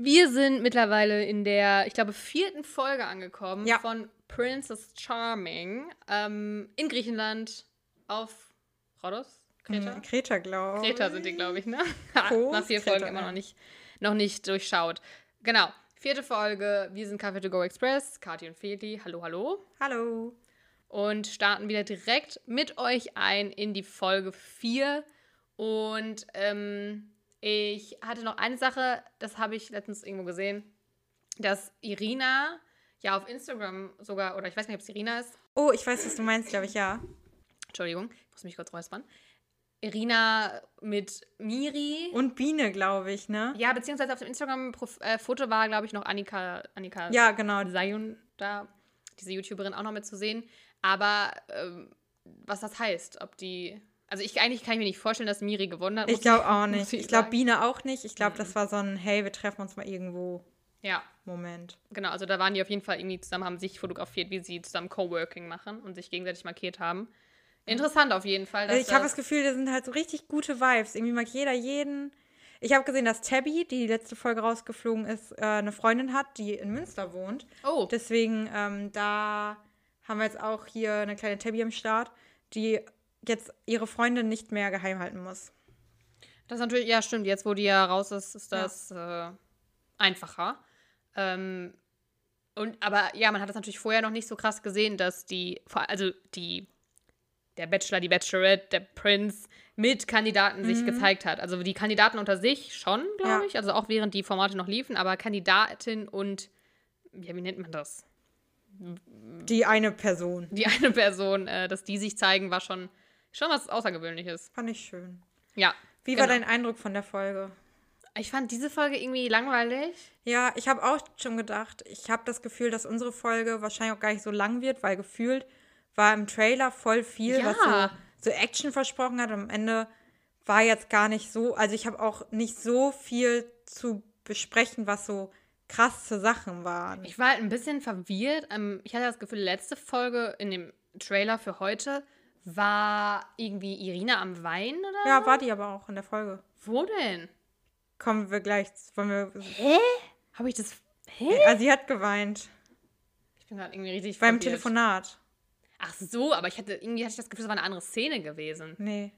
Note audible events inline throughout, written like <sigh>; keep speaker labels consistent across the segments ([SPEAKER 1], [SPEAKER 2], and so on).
[SPEAKER 1] Wir sind mittlerweile in der, ich glaube, vierten Folge angekommen
[SPEAKER 2] Ja.
[SPEAKER 1] von Princess Charming ähm, in Griechenland auf Rhodos, Kreta.
[SPEAKER 2] Kreta, Kreta glaube ich.
[SPEAKER 1] Kreta sind die, glaube ich,
[SPEAKER 2] <laughs>
[SPEAKER 1] ne? Ha,
[SPEAKER 2] Co.
[SPEAKER 1] Nach vier
[SPEAKER 2] Mhm. Kreta,
[SPEAKER 1] Folgen immer
[SPEAKER 2] ja.
[SPEAKER 1] noch nicht, noch nicht durchschaut. Genau. Vierte Folge, wir sind Café to Go Express, Kati und Feli, hallo, hallo.
[SPEAKER 2] Hallo.
[SPEAKER 1] Und starten wieder direkt mit euch ein in die Folge 4. Und ähm, ich hatte noch eine Sache, das habe ich letztens irgendwo gesehen, dass Irina ja auf Instagram sogar, oder ich weiß nicht, ob es Irina ist,
[SPEAKER 2] Oh, ich weiß, was du meinst, glaube ich, ja.
[SPEAKER 1] Entschuldigung, ich muss mich kurz räuspern. Irina mit Miri.
[SPEAKER 2] Und Biene, glaube ich, ne?
[SPEAKER 1] Ja, beziehungsweise auf dem Instagram-Foto war, glaube ich, noch Annika, Annika
[SPEAKER 2] Ja, genau.
[SPEAKER 1] Sayun da, diese YouTuberin, auch noch mit zu sehen. Aber ähm, was das heißt, ob die. Also ich eigentlich kann ich mir nicht vorstellen, dass Miri gewonnen hat.
[SPEAKER 2] Ich
[SPEAKER 1] muss
[SPEAKER 2] glaube auch
[SPEAKER 1] muss
[SPEAKER 2] nicht.
[SPEAKER 1] ich
[SPEAKER 2] Ich glaube
[SPEAKER 1] sagen. Mhm.
[SPEAKER 2] Biene auch nicht. Ich glaube, das war so ein Hey, wir treffen uns mal irgendwo
[SPEAKER 1] Ja,
[SPEAKER 2] Moment.
[SPEAKER 1] genau. Also da waren die auf jeden Fall irgendwie zusammen, haben sich fotografiert, wie sie zusammen Coworking machen und sich gegenseitig markiert haben. Interessant auf jeden Fall. dass
[SPEAKER 2] Äh, ich habe
[SPEAKER 1] das-
[SPEAKER 2] das Gefühl, da sind halt so richtig gute Vibes. Irgendwie mag jeder jeden. Ich habe gesehen, dass Tabby, die die letzte Folge rausgeflogen ist, äh, eine Freundin hat, die in Münster wohnt.
[SPEAKER 1] Oh,
[SPEAKER 2] Deswegen, ähm, da haben wir jetzt auch hier eine kleine Tabby am Start, die jetzt ihre Freundin nicht mehr geheim halten muss.
[SPEAKER 1] Das ist natürlich, ja, stimmt. Jetzt, wo die ja raus ist, ist
[SPEAKER 2] Ja.
[SPEAKER 1] das äh, einfacher. Ähm, und, aber ja, man hat das natürlich vorher noch nicht so krass gesehen, dass die, vor- also die, der Bachelor, die Bachelorette, der Prince mit Kandidaten sich gezeigt hat. Also die Kandidaten unter sich schon, glaube
[SPEAKER 2] Mhm. Ja.
[SPEAKER 1] ich. Also auch während die Formate noch liefen, aber Kandidatin und, ja, wie nennt man das?
[SPEAKER 2] Die eine Person.
[SPEAKER 1] Die eine Person, äh, dass die sich zeigen, war schon, schon was Außergewöhnliches.
[SPEAKER 2] Fand ich schön.
[SPEAKER 1] Ja.
[SPEAKER 2] Wie war
[SPEAKER 1] genau.
[SPEAKER 2] dein Eindruck von der Folge?
[SPEAKER 1] Ich fand diese Folge irgendwie langweilig.
[SPEAKER 2] Ja, ich habe auch schon gedacht, ich habe das Gefühl, dass unsere Folge wahrscheinlich auch gar nicht so lang wird, weil gefühlt war im Trailer voll viel, was
[SPEAKER 1] Ja.
[SPEAKER 2] so, so Action versprochen hat. Am Ende war jetzt gar nicht so, also ich habe auch nicht so viel zu besprechen, was so krasse Sachen waren.
[SPEAKER 1] Ich war halt ein bisschen verwirrt. Ähm, Ich hatte das Gefühl, letzte Folge in dem Trailer für heute war irgendwie Irina am Weinen oder?
[SPEAKER 2] ja, war die aber auch in der Folge.
[SPEAKER 1] Wo denn?
[SPEAKER 2] Kommen wir gleich, wollen wir.
[SPEAKER 1] Habe ich das. Hä?
[SPEAKER 2] Also sie hat geweint
[SPEAKER 1] Ich bin gerade irgendwie richtig
[SPEAKER 2] beim
[SPEAKER 1] verwirrt.
[SPEAKER 2] Telefonat.
[SPEAKER 1] Ach so, aber ich hatte irgendwie hatte ich das Gefühl, es war eine andere Szene gewesen.
[SPEAKER 2] Nee.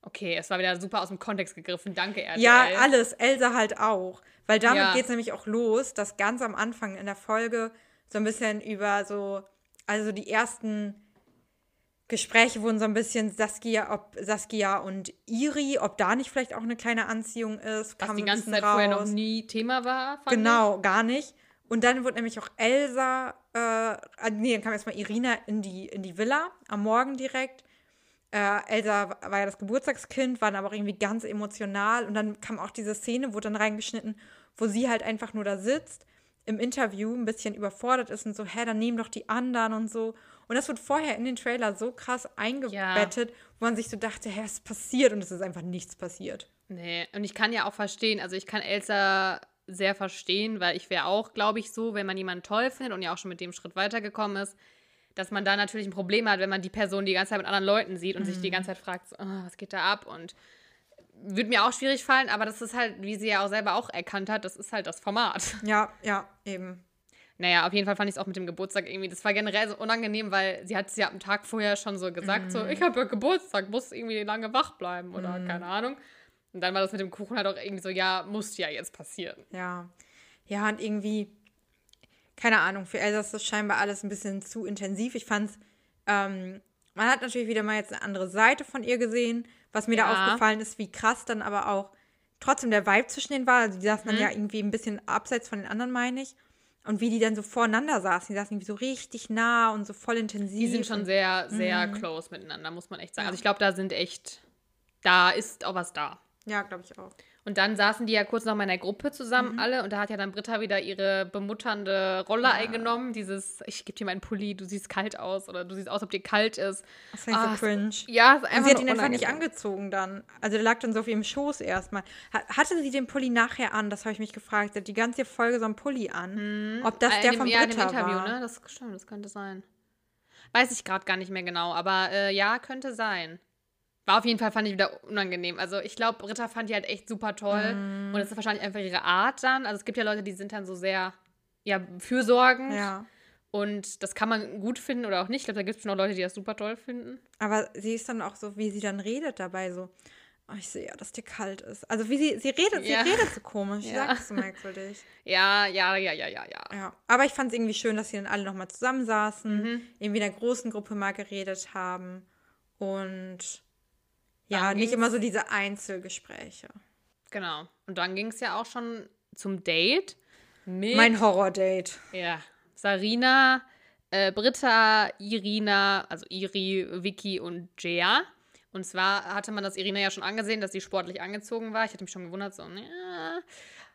[SPEAKER 1] Okay, es war wieder super aus dem Kontext gegriffen. Danke, RTL.
[SPEAKER 2] Ja, alles. Elsa halt auch. Weil damit
[SPEAKER 1] Ja.
[SPEAKER 2] geht's geht es nämlich auch los, dass ganz am Anfang in der Folge so ein bisschen über so, also die ersten Gespräche wurden so ein bisschen Saskia, ob Saskia und Iri, ob da nicht vielleicht auch eine kleine Anziehung ist.
[SPEAKER 1] Was
[SPEAKER 2] kam
[SPEAKER 1] die
[SPEAKER 2] so ein
[SPEAKER 1] ganze
[SPEAKER 2] bisschen
[SPEAKER 1] Zeit vorher noch
[SPEAKER 2] raus.
[SPEAKER 1] nie Thema war. Fand
[SPEAKER 2] Genau, gar nicht. Und dann wurde nämlich auch Elsa, äh, ah, nee, dann kam erstmal Irina in die, in die Villa am Morgen direkt. Äh, Elsa wa- war ja das Geburtstagskind, war dann aber auch irgendwie ganz emotional. Und dann kam auch diese Szene, wurde dann reingeschnitten, wo sie halt einfach nur da sitzt, im Interview ein bisschen überfordert ist und so, hä, dann nehmen doch die anderen und so. Und das wird vorher in den Trailer so krass eingebettet, wo man sich so dachte, hä, was passiert? Und es ist einfach nichts passiert.
[SPEAKER 1] Nee, und ich kann ja auch verstehen, also ich kann Elsa sehr verstehen, weil ich wäre auch, glaube ich, so, wenn man jemanden toll findet und ja auch schon mit dem Schritt weitergekommen ist, dass man da natürlich ein Problem hat, wenn man die Person die ganze Zeit mit anderen Leuten sieht und sich die ganze Zeit fragt, so, "Ah, was geht da ab? Und würde mir auch schwierig fallen, aber das ist halt, wie sie ja auch selber auch erkannt hat, das ist halt das Format.
[SPEAKER 2] Ja, ja, eben.
[SPEAKER 1] Naja, auf jeden Fall fand ich es auch mit dem Geburtstag irgendwie, das war generell so unangenehm, weil sie hat es ja am Tag vorher schon so gesagt, so, ich habe ja Geburtstag, muss irgendwie lange wach bleiben oder keine Ahnung. Und dann war das mit dem Kuchen halt auch irgendwie so, ja, muss ja jetzt passieren.
[SPEAKER 2] Ja. Ja, und irgendwie, keine Ahnung, für Elsa ist das scheinbar alles ein bisschen zu intensiv. Ich fand's, ähm, man hat natürlich wieder mal jetzt eine andere Seite von ihr gesehen. Was mir
[SPEAKER 1] Ja.
[SPEAKER 2] da aufgefallen ist, wie krass dann aber auch trotzdem der Vibe zwischen denen war. Also die saßen
[SPEAKER 1] Mhm.
[SPEAKER 2] dann ja irgendwie ein bisschen abseits von den anderen, meine ich. Und wie die dann so voreinander saßen. Die saßen irgendwie so richtig nah und so voll intensiv.
[SPEAKER 1] Die sind schon sehr, sehr close miteinander, muss man echt sagen. Also ich glaube, da sind echt, da ist auch was da.
[SPEAKER 2] Ja, glaube ich auch.
[SPEAKER 1] Und dann saßen die ja kurz noch mal in der Gruppe zusammen alle und da hat ja dann Britta wieder ihre bemutternde Rolle eingenommen. Dieses, ich gebe dir meinen Pulli, du siehst kalt aus oder du siehst aus, ob dir kalt ist.
[SPEAKER 2] Das fand ich
[SPEAKER 1] Ah,
[SPEAKER 2] so cringe.
[SPEAKER 1] Ja, ist
[SPEAKER 2] Und
[SPEAKER 1] einfach
[SPEAKER 2] sie hat
[SPEAKER 1] nur
[SPEAKER 2] ihn einfach nicht
[SPEAKER 1] unangenehm.
[SPEAKER 2] angezogen dann. Also der lag dann so auf ihrem Schoß erstmal. Ha- Hatte sie den Pulli nachher an? Das habe ich mich gefragt. Sie hat die ganze Folge so einen Pulli an. Ob das
[SPEAKER 1] Äh, in
[SPEAKER 2] der
[SPEAKER 1] dem-
[SPEAKER 2] von
[SPEAKER 1] ja, in dem
[SPEAKER 2] Britta
[SPEAKER 1] Interview,
[SPEAKER 2] war.
[SPEAKER 1] ne? Das stimmt, das könnte sein. Weiß ich gerade gar nicht mehr genau, aber äh, ja, könnte sein. War auf jeden Fall, fand ich wieder unangenehm. Also ich glaube, Britta fand die halt echt super toll.
[SPEAKER 2] Mhm.
[SPEAKER 1] Und es ist wahrscheinlich einfach ihre Art dann. Also es gibt ja Leute, die sind dann so sehr, ja, fürsorgend.
[SPEAKER 2] Ja.
[SPEAKER 1] Und das kann man gut finden oder auch nicht. Ich glaube, da gibt es schon auch Leute, die das super toll finden.
[SPEAKER 2] Aber sie ist dann auch so, wie sie dann redet dabei, so, oh, ich sehe ja, dass dir kalt ist. Also wie sie, sie redet,
[SPEAKER 1] Ja.
[SPEAKER 2] sie redet so komisch. Sie
[SPEAKER 1] <laughs> Ja.
[SPEAKER 2] sagt es so merkwürdig.
[SPEAKER 1] Ja, ja, ja, ja, ja, ja.
[SPEAKER 2] Ja. Aber ich fand es irgendwie schön, dass sie dann alle nochmal zusammensaßen,
[SPEAKER 1] Mhm.
[SPEAKER 2] irgendwie in einer großen Gruppe mal geredet haben und ja,
[SPEAKER 1] Dann
[SPEAKER 2] nicht
[SPEAKER 1] ging's-
[SPEAKER 2] immer so diese Einzelgespräche.
[SPEAKER 1] Genau. Und dann ging es ja auch schon zum Date mit
[SPEAKER 2] Mein Horror-Date.
[SPEAKER 1] ja, Sarina, äh, Britta, Irina, also Iri, Vicky und Jea. Und zwar hatte man das Irina ja schon angesehen, dass sie sportlich angezogen war. Ich hatte mich schon gewundert, so, ja.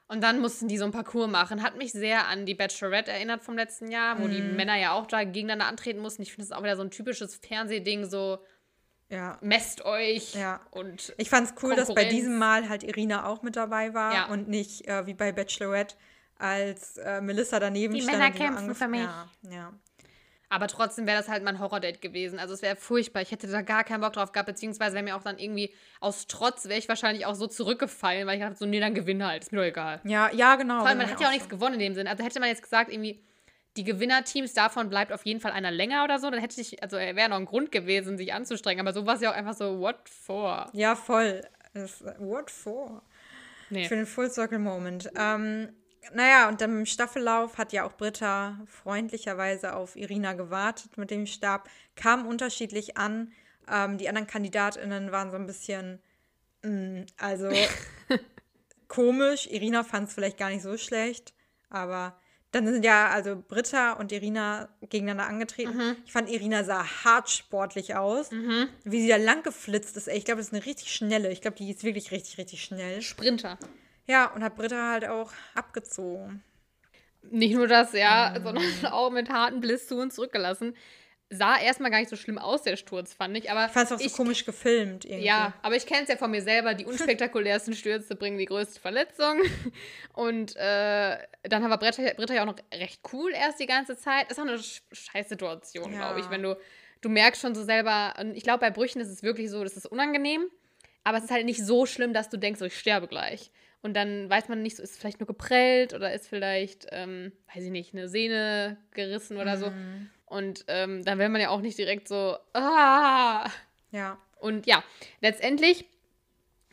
[SPEAKER 1] Und dann mussten die so einen Parcours machen. Hat mich sehr an die Bachelorette erinnert vom letzten Jahr, wo die Männer ja auch da gegeneinander antreten mussten. Ich finde das auch wieder so ein typisches Fernsehding, so
[SPEAKER 2] Ja.
[SPEAKER 1] messt euch
[SPEAKER 2] Ja.
[SPEAKER 1] und
[SPEAKER 2] Ich fand es cool, dass bei
[SPEAKER 1] Konkurrenz.
[SPEAKER 2] diesem Mal halt Irina auch mit dabei war
[SPEAKER 1] Ja.
[SPEAKER 2] und nicht äh, wie bei Bachelorette, als äh, Melissa daneben
[SPEAKER 1] Die
[SPEAKER 2] stand.
[SPEAKER 1] Männer
[SPEAKER 2] und nur
[SPEAKER 1] kämpfen für mich.
[SPEAKER 2] Ja, ja.
[SPEAKER 1] Aber trotzdem wäre das halt mein Horror-Date gewesen. Also es wäre furchtbar. Ich hätte da gar keinen Bock drauf gehabt, beziehungsweise wäre mir auch dann irgendwie aus Trotz wäre ich wahrscheinlich auch so zurückgefallen, weil ich dachte so, nee, dann gewinn halt. Ist mir doch egal.
[SPEAKER 2] ja, ja, genau.
[SPEAKER 1] Vor allem,
[SPEAKER 2] genau,
[SPEAKER 1] man hat ja auch
[SPEAKER 2] so.
[SPEAKER 1] nichts gewonnen in dem Sinn. Also hätte man jetzt gesagt, irgendwie, die Gewinnerteams, davon bleibt auf jeden Fall einer länger oder so, dann hätte ich, also wäre noch ein Grund gewesen, sich anzustrengen. Aber so war es ja auch einfach so, what for?
[SPEAKER 2] Ja, voll. Das, what for?
[SPEAKER 1] Nee.
[SPEAKER 2] Für den Full Circle Moment. Ähm, naja, und dann im Staffellauf hat ja auch Britta freundlicherweise auf Irina gewartet mit dem Stab, kam unterschiedlich an. Ähm, die anderen KandidatInnen waren so ein bisschen, mh, also komisch. Irina fand es vielleicht gar nicht so schlecht, aber dann sind ja also Britta und Irina gegeneinander angetreten. Ich fand, Irina sah hart sportlich aus. Wie sie da lang geflitzt ist, ey. Ich glaube, das ist eine richtig schnelle. Ich glaube, die ist wirklich richtig, richtig schnell.
[SPEAKER 1] Sprinter.
[SPEAKER 2] Ja, und hat Britta halt auch abgezogen.
[SPEAKER 1] nicht nur das, ja, sondern <laughs> auch mit harten Blessuren zurückgelassen. Sah erstmal gar nicht so schlimm aus, der Sturz, fand ich. Aber
[SPEAKER 2] Ich fand es auch so komisch gefilmt irgendwie.
[SPEAKER 1] Ja, aber ich kenne es ja von mir selber. Die unspektakulärsten Stürze bringen die größte Verletzung. <laughs> Und äh, dann war Britta, Britta ja auch noch recht cool erst die ganze Zeit. Ist auch eine sch- scheiß Situation,
[SPEAKER 2] Ja.
[SPEAKER 1] glaube ich, wenn du, du merkst schon so selber, und ich glaube, bei Brüchen ist es wirklich so, das ist unangenehm, aber es ist halt nicht so schlimm, dass du denkst, so, ich sterbe gleich. Und dann weiß man nicht, so ist vielleicht nur geprellt oder ist vielleicht, ähm, weiß ich nicht, eine Sehne gerissen oder so.
[SPEAKER 2] Mhm.
[SPEAKER 1] Und ähm, dann will man ja auch nicht direkt so, ah,
[SPEAKER 2] Ja.
[SPEAKER 1] und ja, letztendlich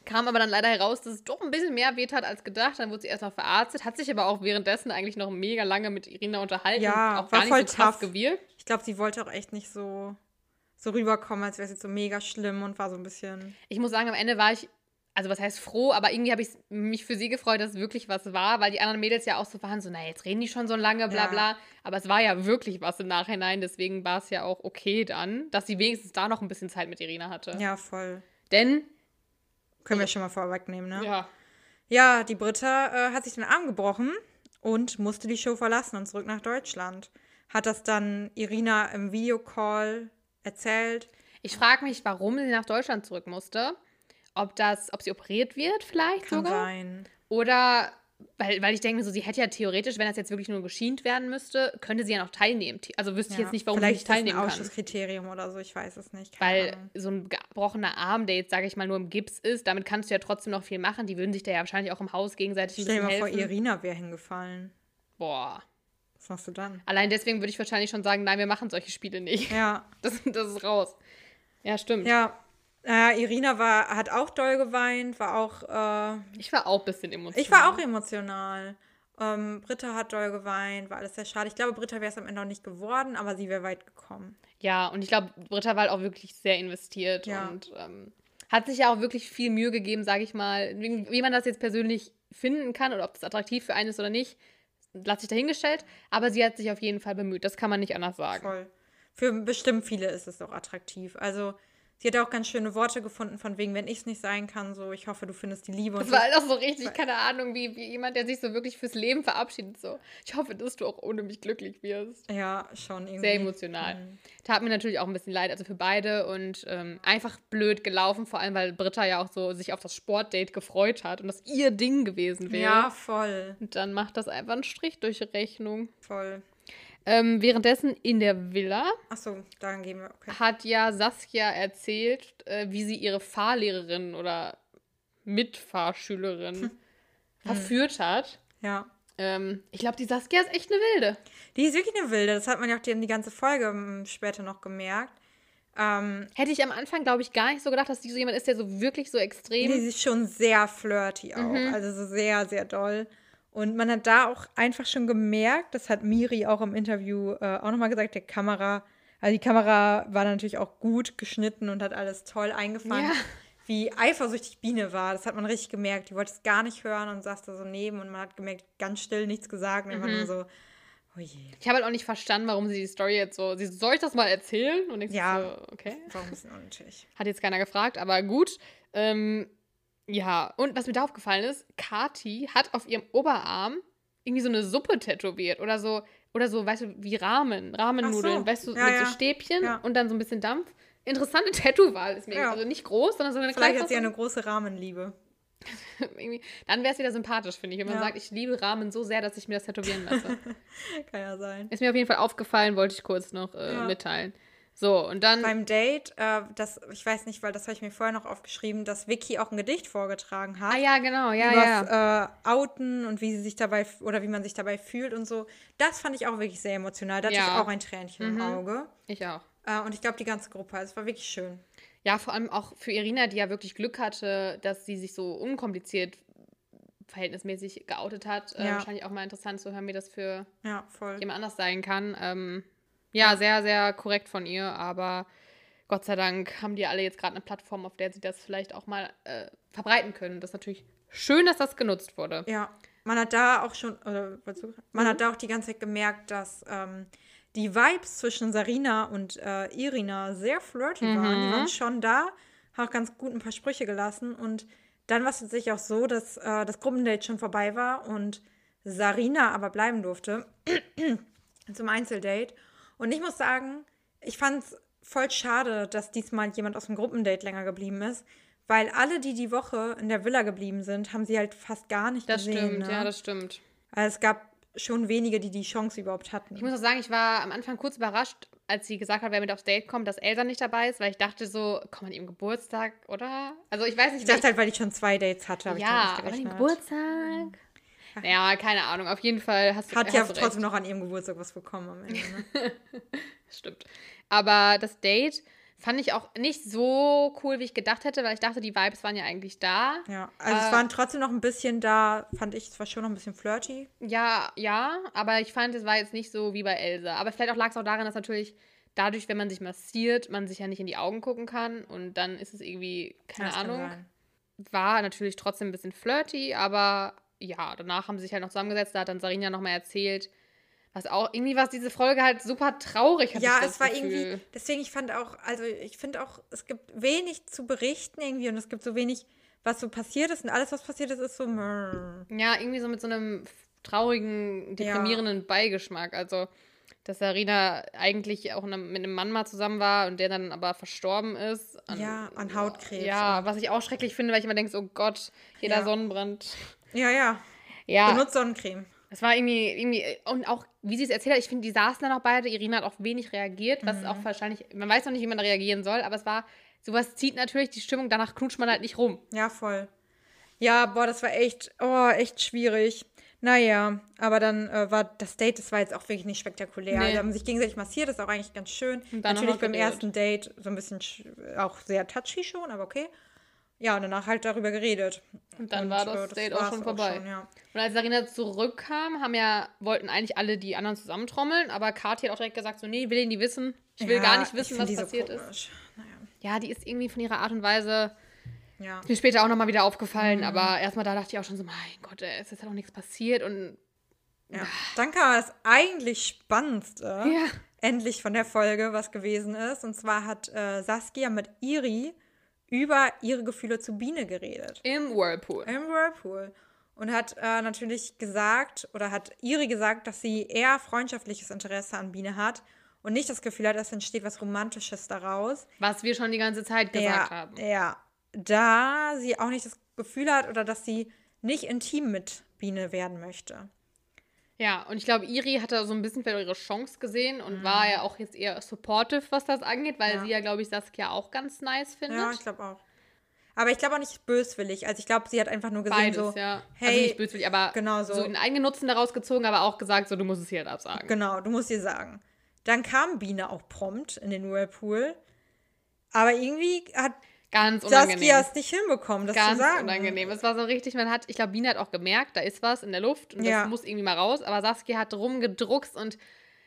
[SPEAKER 1] kam aber dann leider heraus, dass es doch ein bisschen mehr wehtat als gedacht. Dann wurde sie erst noch verarztet, hat sich aber auch währenddessen eigentlich noch mega lange mit Irina unterhalten.
[SPEAKER 2] Ja,
[SPEAKER 1] und auch
[SPEAKER 2] war
[SPEAKER 1] gar
[SPEAKER 2] voll
[SPEAKER 1] nicht so krass
[SPEAKER 2] tough.
[SPEAKER 1] gewirkt.
[SPEAKER 2] Ich glaube, sie wollte auch echt nicht so, so rüberkommen, als wäre es jetzt so mega schlimm und war so ein bisschen.
[SPEAKER 1] Ich muss sagen, am Ende war ich, also was heißt froh, aber irgendwie habe ich mich für sie gefreut, dass wirklich was war, weil die anderen Mädels ja auch so waren, so, naja, jetzt reden die schon so lange, bla
[SPEAKER 2] Ja.
[SPEAKER 1] bla. Aber es war ja wirklich was im Nachhinein, deswegen war es ja auch okay dann, dass sie wenigstens da noch ein bisschen Zeit mit Irina hatte.
[SPEAKER 2] Ja, voll.
[SPEAKER 1] Denn,
[SPEAKER 2] Können wir schon mal vorwegnehmen, ne?
[SPEAKER 1] ja,
[SPEAKER 2] Ja, die Britta äh, hat sich den Arm gebrochen und musste die Show verlassen und zurück nach Deutschland. Hat das dann Irina im Videocall erzählt.
[SPEAKER 1] Ich frage mich, warum sie nach Deutschland zurück musste. Ob das, ob sie operiert wird, vielleicht
[SPEAKER 2] Kann
[SPEAKER 1] sogar.
[SPEAKER 2] sein.
[SPEAKER 1] Oder weil, weil ich denke, so, sie hätte ja theoretisch, wenn das jetzt wirklich nur geschient werden müsste, könnte sie ja noch teilnehmen. The- Also wüsste ich jetzt nicht, warum sie
[SPEAKER 2] Vielleicht
[SPEAKER 1] nicht teilnehmen
[SPEAKER 2] ist ein
[SPEAKER 1] kann.
[SPEAKER 2] Ausschusskriterium oder so, ich weiß es nicht. Keine
[SPEAKER 1] Weil
[SPEAKER 2] Ahnung.
[SPEAKER 1] so ein gebrochener Arm, der jetzt, sage ich mal, nur im Gips ist, damit kannst du ja trotzdem noch viel machen. Die würden sich da ja wahrscheinlich auch im Haus gegenseitig ein
[SPEAKER 2] Stell dir
[SPEAKER 1] bisschen
[SPEAKER 2] mal vor,
[SPEAKER 1] helfen.
[SPEAKER 2] Irina wäre hingefallen.
[SPEAKER 1] Boah.
[SPEAKER 2] Was machst du dann?
[SPEAKER 1] Allein deswegen würde ich wahrscheinlich schon sagen, nein, wir machen solche Spiele nicht. <laughs>
[SPEAKER 2] Ja,
[SPEAKER 1] Das, das ist raus. Ja, stimmt.
[SPEAKER 2] ja. Naja, Irina war, hat auch doll geweint, war auch. Äh,
[SPEAKER 1] Ich war auch ein bisschen emotional.
[SPEAKER 2] ich war auch emotional. Ähm, Britta hat doll geweint, war alles sehr schade. Ich glaube, Britta wäre es am Ende auch nicht geworden, aber sie wäre weit gekommen.
[SPEAKER 1] Ja, und ich glaube, Britta war halt auch wirklich sehr investiert
[SPEAKER 2] Ja.
[SPEAKER 1] und ähm, hat sich ja auch wirklich viel Mühe gegeben, sage ich mal. Wie, wie man das jetzt persönlich finden kann oder ob das attraktiv für einen ist oder nicht, lasse ich dahingestellt. Aber sie hat sich auf jeden Fall bemüht. Das kann man nicht anders sagen.
[SPEAKER 2] Voll. Für bestimmt viele ist es auch attraktiv. Also, sie hat auch ganz schöne Worte gefunden, von wegen, wenn ich es nicht sein kann, so, ich hoffe, du findest die Liebe.
[SPEAKER 1] Das
[SPEAKER 2] Und
[SPEAKER 1] war halt auch so richtig, keine Ahnung, wie, wie jemand, der sich so wirklich fürs Leben verabschiedet. So, ich hoffe, dass du auch ohne mich glücklich wirst.
[SPEAKER 2] ich- ja, schon irgendwie. Mhm.
[SPEAKER 1] Sehr emotional. Tat mir natürlich auch ein bisschen leid, also für beide und ähm, einfach blöd gelaufen, vor allem weil Britta ja auch so sich auf das Sportdate gefreut hat und das ihr Ding gewesen wäre.
[SPEAKER 2] Ja, voll.
[SPEAKER 1] Und dann macht das einfach einen Strich durch die Rechnung.
[SPEAKER 2] Voll.
[SPEAKER 1] Ähm, währenddessen in der Villa
[SPEAKER 2] Achso, daran gehen wir. Okay.
[SPEAKER 1] hat ja Saskia erzählt, äh, wie sie ihre Fahrlehrerin oder Mitfahrschülerin verführt hat.
[SPEAKER 2] Ja.
[SPEAKER 1] Ähm, ich glaube, die Saskia ist echt eine Wilde.
[SPEAKER 2] Die ist wirklich eine wilde. Das hat man ja auch die, die ganze Folge ähm, später noch gemerkt. Ähm,
[SPEAKER 1] Hätte ich am Anfang, glaube ich, gar nicht so gedacht, dass die so jemand ist, der so wirklich so extrem.
[SPEAKER 2] die ist schon sehr flirty auch.
[SPEAKER 1] Mhm.
[SPEAKER 2] Also so sehr, sehr doll. Und man hat da auch einfach schon gemerkt, das hat Miri auch im Interview äh, auch nochmal gesagt, der Kamera, also die Kamera war natürlich auch gut geschnitten und hat alles toll eingefangen.
[SPEAKER 1] Ja.
[SPEAKER 2] Wie eifersüchtig Biene war, das hat man richtig gemerkt. Die wollte es gar nicht hören und saß da so neben und man hat gemerkt, ganz still nichts gesagt und
[SPEAKER 1] Mhm.
[SPEAKER 2] immer nur so, oh je.
[SPEAKER 1] Ich habe halt auch nicht verstanden, warum sie die Story jetzt so. Sie, soll ich das mal erzählen? Und ich
[SPEAKER 2] Ja.
[SPEAKER 1] so, okay.
[SPEAKER 2] War ein bisschen unnötig.
[SPEAKER 1] Hat jetzt keiner gefragt, aber gut. Ähm, ja, und was mir da aufgefallen ist, Kati hat auf ihrem Oberarm irgendwie so eine Suppe tätowiert oder so, oder so, weißt du, wie Ramen, Ramennudeln,
[SPEAKER 2] Ach so.
[SPEAKER 1] weißt du,
[SPEAKER 2] Ja,
[SPEAKER 1] mit
[SPEAKER 2] ja.
[SPEAKER 1] so Stäbchen
[SPEAKER 2] Ja.
[SPEAKER 1] und dann so ein bisschen Dampf. Interessante <laughs> Tattoo-Wahl ist mir
[SPEAKER 2] Ja.
[SPEAKER 1] also nicht groß, sondern so eine
[SPEAKER 2] Vielleicht
[SPEAKER 1] kleine
[SPEAKER 2] hat sie ja eine große Rahmenliebe.
[SPEAKER 1] <laughs> irgendwie, dann wäre es wieder sympathisch, finde ich, wenn man
[SPEAKER 2] Ja.
[SPEAKER 1] sagt, ich liebe Ramen so sehr, dass ich mir das tätowieren
[SPEAKER 2] <laughs>
[SPEAKER 1] lasse.
[SPEAKER 2] Kann ja sein.
[SPEAKER 1] Ist mir auf jeden Fall aufgefallen, wollte ich kurz noch äh,
[SPEAKER 2] Ja.
[SPEAKER 1] mitteilen. So, und dann.
[SPEAKER 2] Beim Date, äh, das, ich weiß nicht, weil das habe ich mir vorher noch aufgeschrieben, dass Vicky auch ein Gedicht vorgetragen hat.
[SPEAKER 1] ah ja, genau, ja, ja.
[SPEAKER 2] übers äh, Outen und wie sie sich dabei f- oder wie man sich dabei fühlt und so. Das fand ich auch wirklich sehr emotional. Da hatte
[SPEAKER 1] Ja. Mhm.
[SPEAKER 2] ich auch ein Tränchen im Auge.
[SPEAKER 1] Ich auch.
[SPEAKER 2] Äh, und ich glaube, die ganze Gruppe. Also, Es war wirklich schön.
[SPEAKER 1] Ja, vor allem auch für Irina, die ja wirklich Glück hatte, dass sie sich so unkompliziert verhältnismäßig geoutet hat. Äh,
[SPEAKER 2] Ja.
[SPEAKER 1] wahrscheinlich auch mal interessant zu hören, wie das für
[SPEAKER 2] Ja, voll.
[SPEAKER 1] jemand anders sein kann. Ähm, ja, sehr, sehr korrekt von ihr, aber Gott sei Dank haben die alle jetzt gerade eine Plattform, auf der sie das vielleicht auch mal äh, verbreiten können. Das ist natürlich schön, dass das genutzt wurde.
[SPEAKER 2] Ja, man hat da auch schon, oder, wolltest du- man hat da auch die ganze Zeit gemerkt, dass ähm, die Vibes zwischen Sarina und äh, Irina sehr flirty waren. Die waren schon da, haben auch ganz gut ein paar Sprüche gelassen. Und dann war es tatsächlich auch so, dass äh, das Gruppendate schon vorbei war und Sarina aber bleiben durfte <clears throat> zum Einzeldate. Und ich muss sagen, ich fand es voll schade, dass diesmal jemand aus dem Gruppendate länger geblieben ist, weil alle, die die Woche in der Villa geblieben sind, haben sie halt fast gar nicht
[SPEAKER 1] Das
[SPEAKER 2] gesehen.
[SPEAKER 1] stimmt,
[SPEAKER 2] ne?
[SPEAKER 1] ja, das stimmt.
[SPEAKER 2] also es gab schon wenige, die die Chance überhaupt hatten.
[SPEAKER 1] Ich muss auch sagen, ich war am Anfang kurz überrascht, als sie gesagt hat, wer mit aufs Date kommt, dass Elsa nicht dabei ist, weil ich dachte so, komm an ihrem Geburtstag, oder? Also ich weiß nicht,
[SPEAKER 2] ich
[SPEAKER 1] wer-
[SPEAKER 2] dachte halt, weil ich schon zwei Dates hatte, habe
[SPEAKER 1] ja,
[SPEAKER 2] ich
[SPEAKER 1] aber
[SPEAKER 2] damit
[SPEAKER 1] an
[SPEAKER 2] nicht
[SPEAKER 1] ihrem
[SPEAKER 2] gerechnet.
[SPEAKER 1] Geburtstag. Ja, keine Ahnung. Auf jeden Fall hast du
[SPEAKER 2] Hat
[SPEAKER 1] hast
[SPEAKER 2] ja
[SPEAKER 1] du recht.
[SPEAKER 2] trotzdem noch an ihrem Geburtstag was bekommen am Ende.
[SPEAKER 1] <laughs>
[SPEAKER 2] Ne?
[SPEAKER 1] Stimmt. Aber das Date fand ich auch nicht so cool, wie ich gedacht hätte, weil ich dachte, die Vibes waren ja eigentlich da.
[SPEAKER 2] Ja, also
[SPEAKER 1] Äh,
[SPEAKER 2] es waren trotzdem noch ein bisschen da, fand ich, es war schon noch ein bisschen flirty.
[SPEAKER 1] Ja, ja, aber ich fand, es war jetzt nicht so wie bei Elsa. Aber vielleicht auch lag es auch daran, dass natürlich dadurch, wenn man sich massiert, man sich ja nicht in die Augen gucken kann und dann ist es irgendwie, keine
[SPEAKER 2] Das kann
[SPEAKER 1] Ahnung,
[SPEAKER 2] sein.
[SPEAKER 1] war natürlich trotzdem ein bisschen flirty, aber ja, danach haben sie sich halt noch zusammengesetzt. Da hat dann Sarina nochmal erzählt, was auch, irgendwie war diese Folge halt super traurig. hatte
[SPEAKER 2] Ja,
[SPEAKER 1] ich das
[SPEAKER 2] es war
[SPEAKER 1] Gefühl.
[SPEAKER 2] irgendwie, deswegen ich fand auch, also ich finde auch, es gibt wenig zu berichten irgendwie und es gibt so wenig, was so passiert ist und alles, was passiert ist, ist so. mrrr.
[SPEAKER 1] Ja, irgendwie so mit so einem traurigen, deprimierenden Beigeschmack. Also, dass Sarina eigentlich auch ne- mit einem Mann mal zusammen war und der dann aber verstorben ist.
[SPEAKER 2] Ja, an Hautkrebs.
[SPEAKER 1] Ja, was ich auch schrecklich finde, weil ich immer denke, so, oh Gott, jeder
[SPEAKER 2] Ja.
[SPEAKER 1] Sonnenbrand.
[SPEAKER 2] Ja, ja.
[SPEAKER 1] Ja,
[SPEAKER 2] Benutzt Sonnencreme.
[SPEAKER 1] es war irgendwie, irgendwie, äh, und auch, wie sie es erzählt hat, ich finde, die saßen dann auch beide, Irina hat auch wenig reagiert,
[SPEAKER 2] Mhm.
[SPEAKER 1] was auch wahrscheinlich, man weiß noch nicht, wie man da reagieren soll, aber es war, sowas zieht natürlich die Stimmung, danach knutscht man halt nicht rum.
[SPEAKER 2] Ja, voll. Ja, boah, das war echt, oh, echt schwierig. Naja, aber dann äh, war das Date, das war jetzt auch wirklich nicht spektakulär.
[SPEAKER 1] Nee.
[SPEAKER 2] Sie haben sich gegenseitig massiert, das ist auch eigentlich ganz schön.
[SPEAKER 1] Und dann
[SPEAKER 2] Natürlich
[SPEAKER 1] nochmal
[SPEAKER 2] beim
[SPEAKER 1] geredet.
[SPEAKER 2] ersten Date so ein bisschen sch- auch sehr touchy schon, aber okay. Ja, und danach halt darüber geredet. äh,
[SPEAKER 1] Und dann war das Date auch
[SPEAKER 2] war's
[SPEAKER 1] schon vorbei.
[SPEAKER 2] ja.
[SPEAKER 1] Und als Sarina zurückkam, haben ja, wollten eigentlich alle die anderen zusammentrommeln, aber Kathi hat auch direkt gesagt, so, nee, will die nicht wissen. Ich will
[SPEAKER 2] Ja,
[SPEAKER 1] gar nicht
[SPEAKER 2] ich
[SPEAKER 1] wissen,
[SPEAKER 2] find
[SPEAKER 1] was
[SPEAKER 2] die so
[SPEAKER 1] passiert ist.
[SPEAKER 2] komisch. Naja.
[SPEAKER 1] Ja, die ist irgendwie von ihrer Art und Weise
[SPEAKER 2] Ja.
[SPEAKER 1] mir später auch nochmal wieder aufgefallen,
[SPEAKER 2] Mhm.
[SPEAKER 1] aber erstmal da dachte ich auch schon so, mein Gott, ey, es ist ja doch nichts passiert und
[SPEAKER 2] ja. Dann kam das eigentlich Spannendste.
[SPEAKER 1] ja.
[SPEAKER 2] endlich von der Folge, was gewesen ist. Und zwar hat äh, Saskia mit Iri über ihre Gefühle zu Biene geredet.
[SPEAKER 1] im Whirlpool.
[SPEAKER 2] Im Whirlpool. Und hat äh, natürlich gesagt, oder hat Iri gesagt, dass sie eher freundschaftliches Interesse an Biene hat und nicht das Gefühl hat, es entsteht was Romantisches daraus.
[SPEAKER 1] Was wir schon die ganze Zeit gesagt
[SPEAKER 2] ja,
[SPEAKER 1] haben.
[SPEAKER 2] ja. Da sie auch nicht das Gefühl hat oder dass sie nicht intim mit Biene werden möchte.
[SPEAKER 1] Ja, und ich glaube, Iri hatte so ein bisschen vielleicht ihre Chance gesehen und war ja auch jetzt eher supportive, was das angeht, weil
[SPEAKER 2] Mhm. Ja.
[SPEAKER 1] sie ja, glaube ich, Saskia auch ganz nice findet.
[SPEAKER 2] Ja, ich glaube auch. Aber ich glaube auch nicht böswillig. Also ich glaube, sie hat einfach nur gesehen,
[SPEAKER 1] Beides,
[SPEAKER 2] so,
[SPEAKER 1] ja. also
[SPEAKER 2] hey,
[SPEAKER 1] nicht böswillig, aber
[SPEAKER 2] genau so.
[SPEAKER 1] so einen eigenen Nutzen daraus gezogen, aber auch gesagt, so, du musst es hier halt absagen.
[SPEAKER 2] genau, du musst ihr sagen. Dann kam Biene auch prompt in den Whirlpool. Aber irgendwie hat
[SPEAKER 1] Ganz unangenehm.
[SPEAKER 2] Saskia es nicht hinbekommen, das
[SPEAKER 1] ganz
[SPEAKER 2] zu sagen.
[SPEAKER 1] unangenehm. Es war so richtig, man hat, ich glaube, Biene hat auch gemerkt, da ist was in der Luft und
[SPEAKER 2] Ja.
[SPEAKER 1] das muss irgendwie mal raus. Aber Saskia hat rumgedruckst und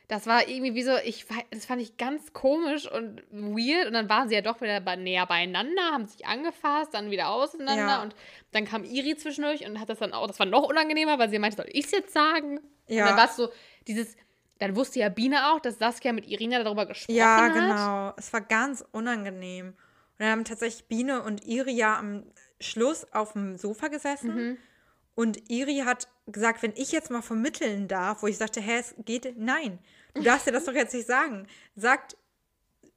[SPEAKER 1] das war irgendwie wie so, ich we- das fand ich ganz komisch und weird. Und dann waren sie ja doch wieder bei, näher beieinander, haben sich angefasst, dann wieder auseinander
[SPEAKER 2] Ja.
[SPEAKER 1] und dann kam Iri zwischendurch und hat das dann auch, das war noch unangenehmer, weil sie meinte, soll ich es jetzt sagen?
[SPEAKER 2] Ja.
[SPEAKER 1] Und dann war es so, dieses, dann wusste ja Biene auch, dass Saskia mit Irina darüber gesprochen
[SPEAKER 2] Ja,
[SPEAKER 1] hat.
[SPEAKER 2] genau. Es war ganz unangenehm. Und dann haben tatsächlich Biene und Iri ja am Schluss auf dem Sofa
[SPEAKER 1] Mhm.
[SPEAKER 2] gesessen. Und Iri hat gesagt, wenn ich jetzt mal vermitteln darf, wo ich sagte, hä, es geht, nein, du darfst dir das doch jetzt nicht sagen. Sagt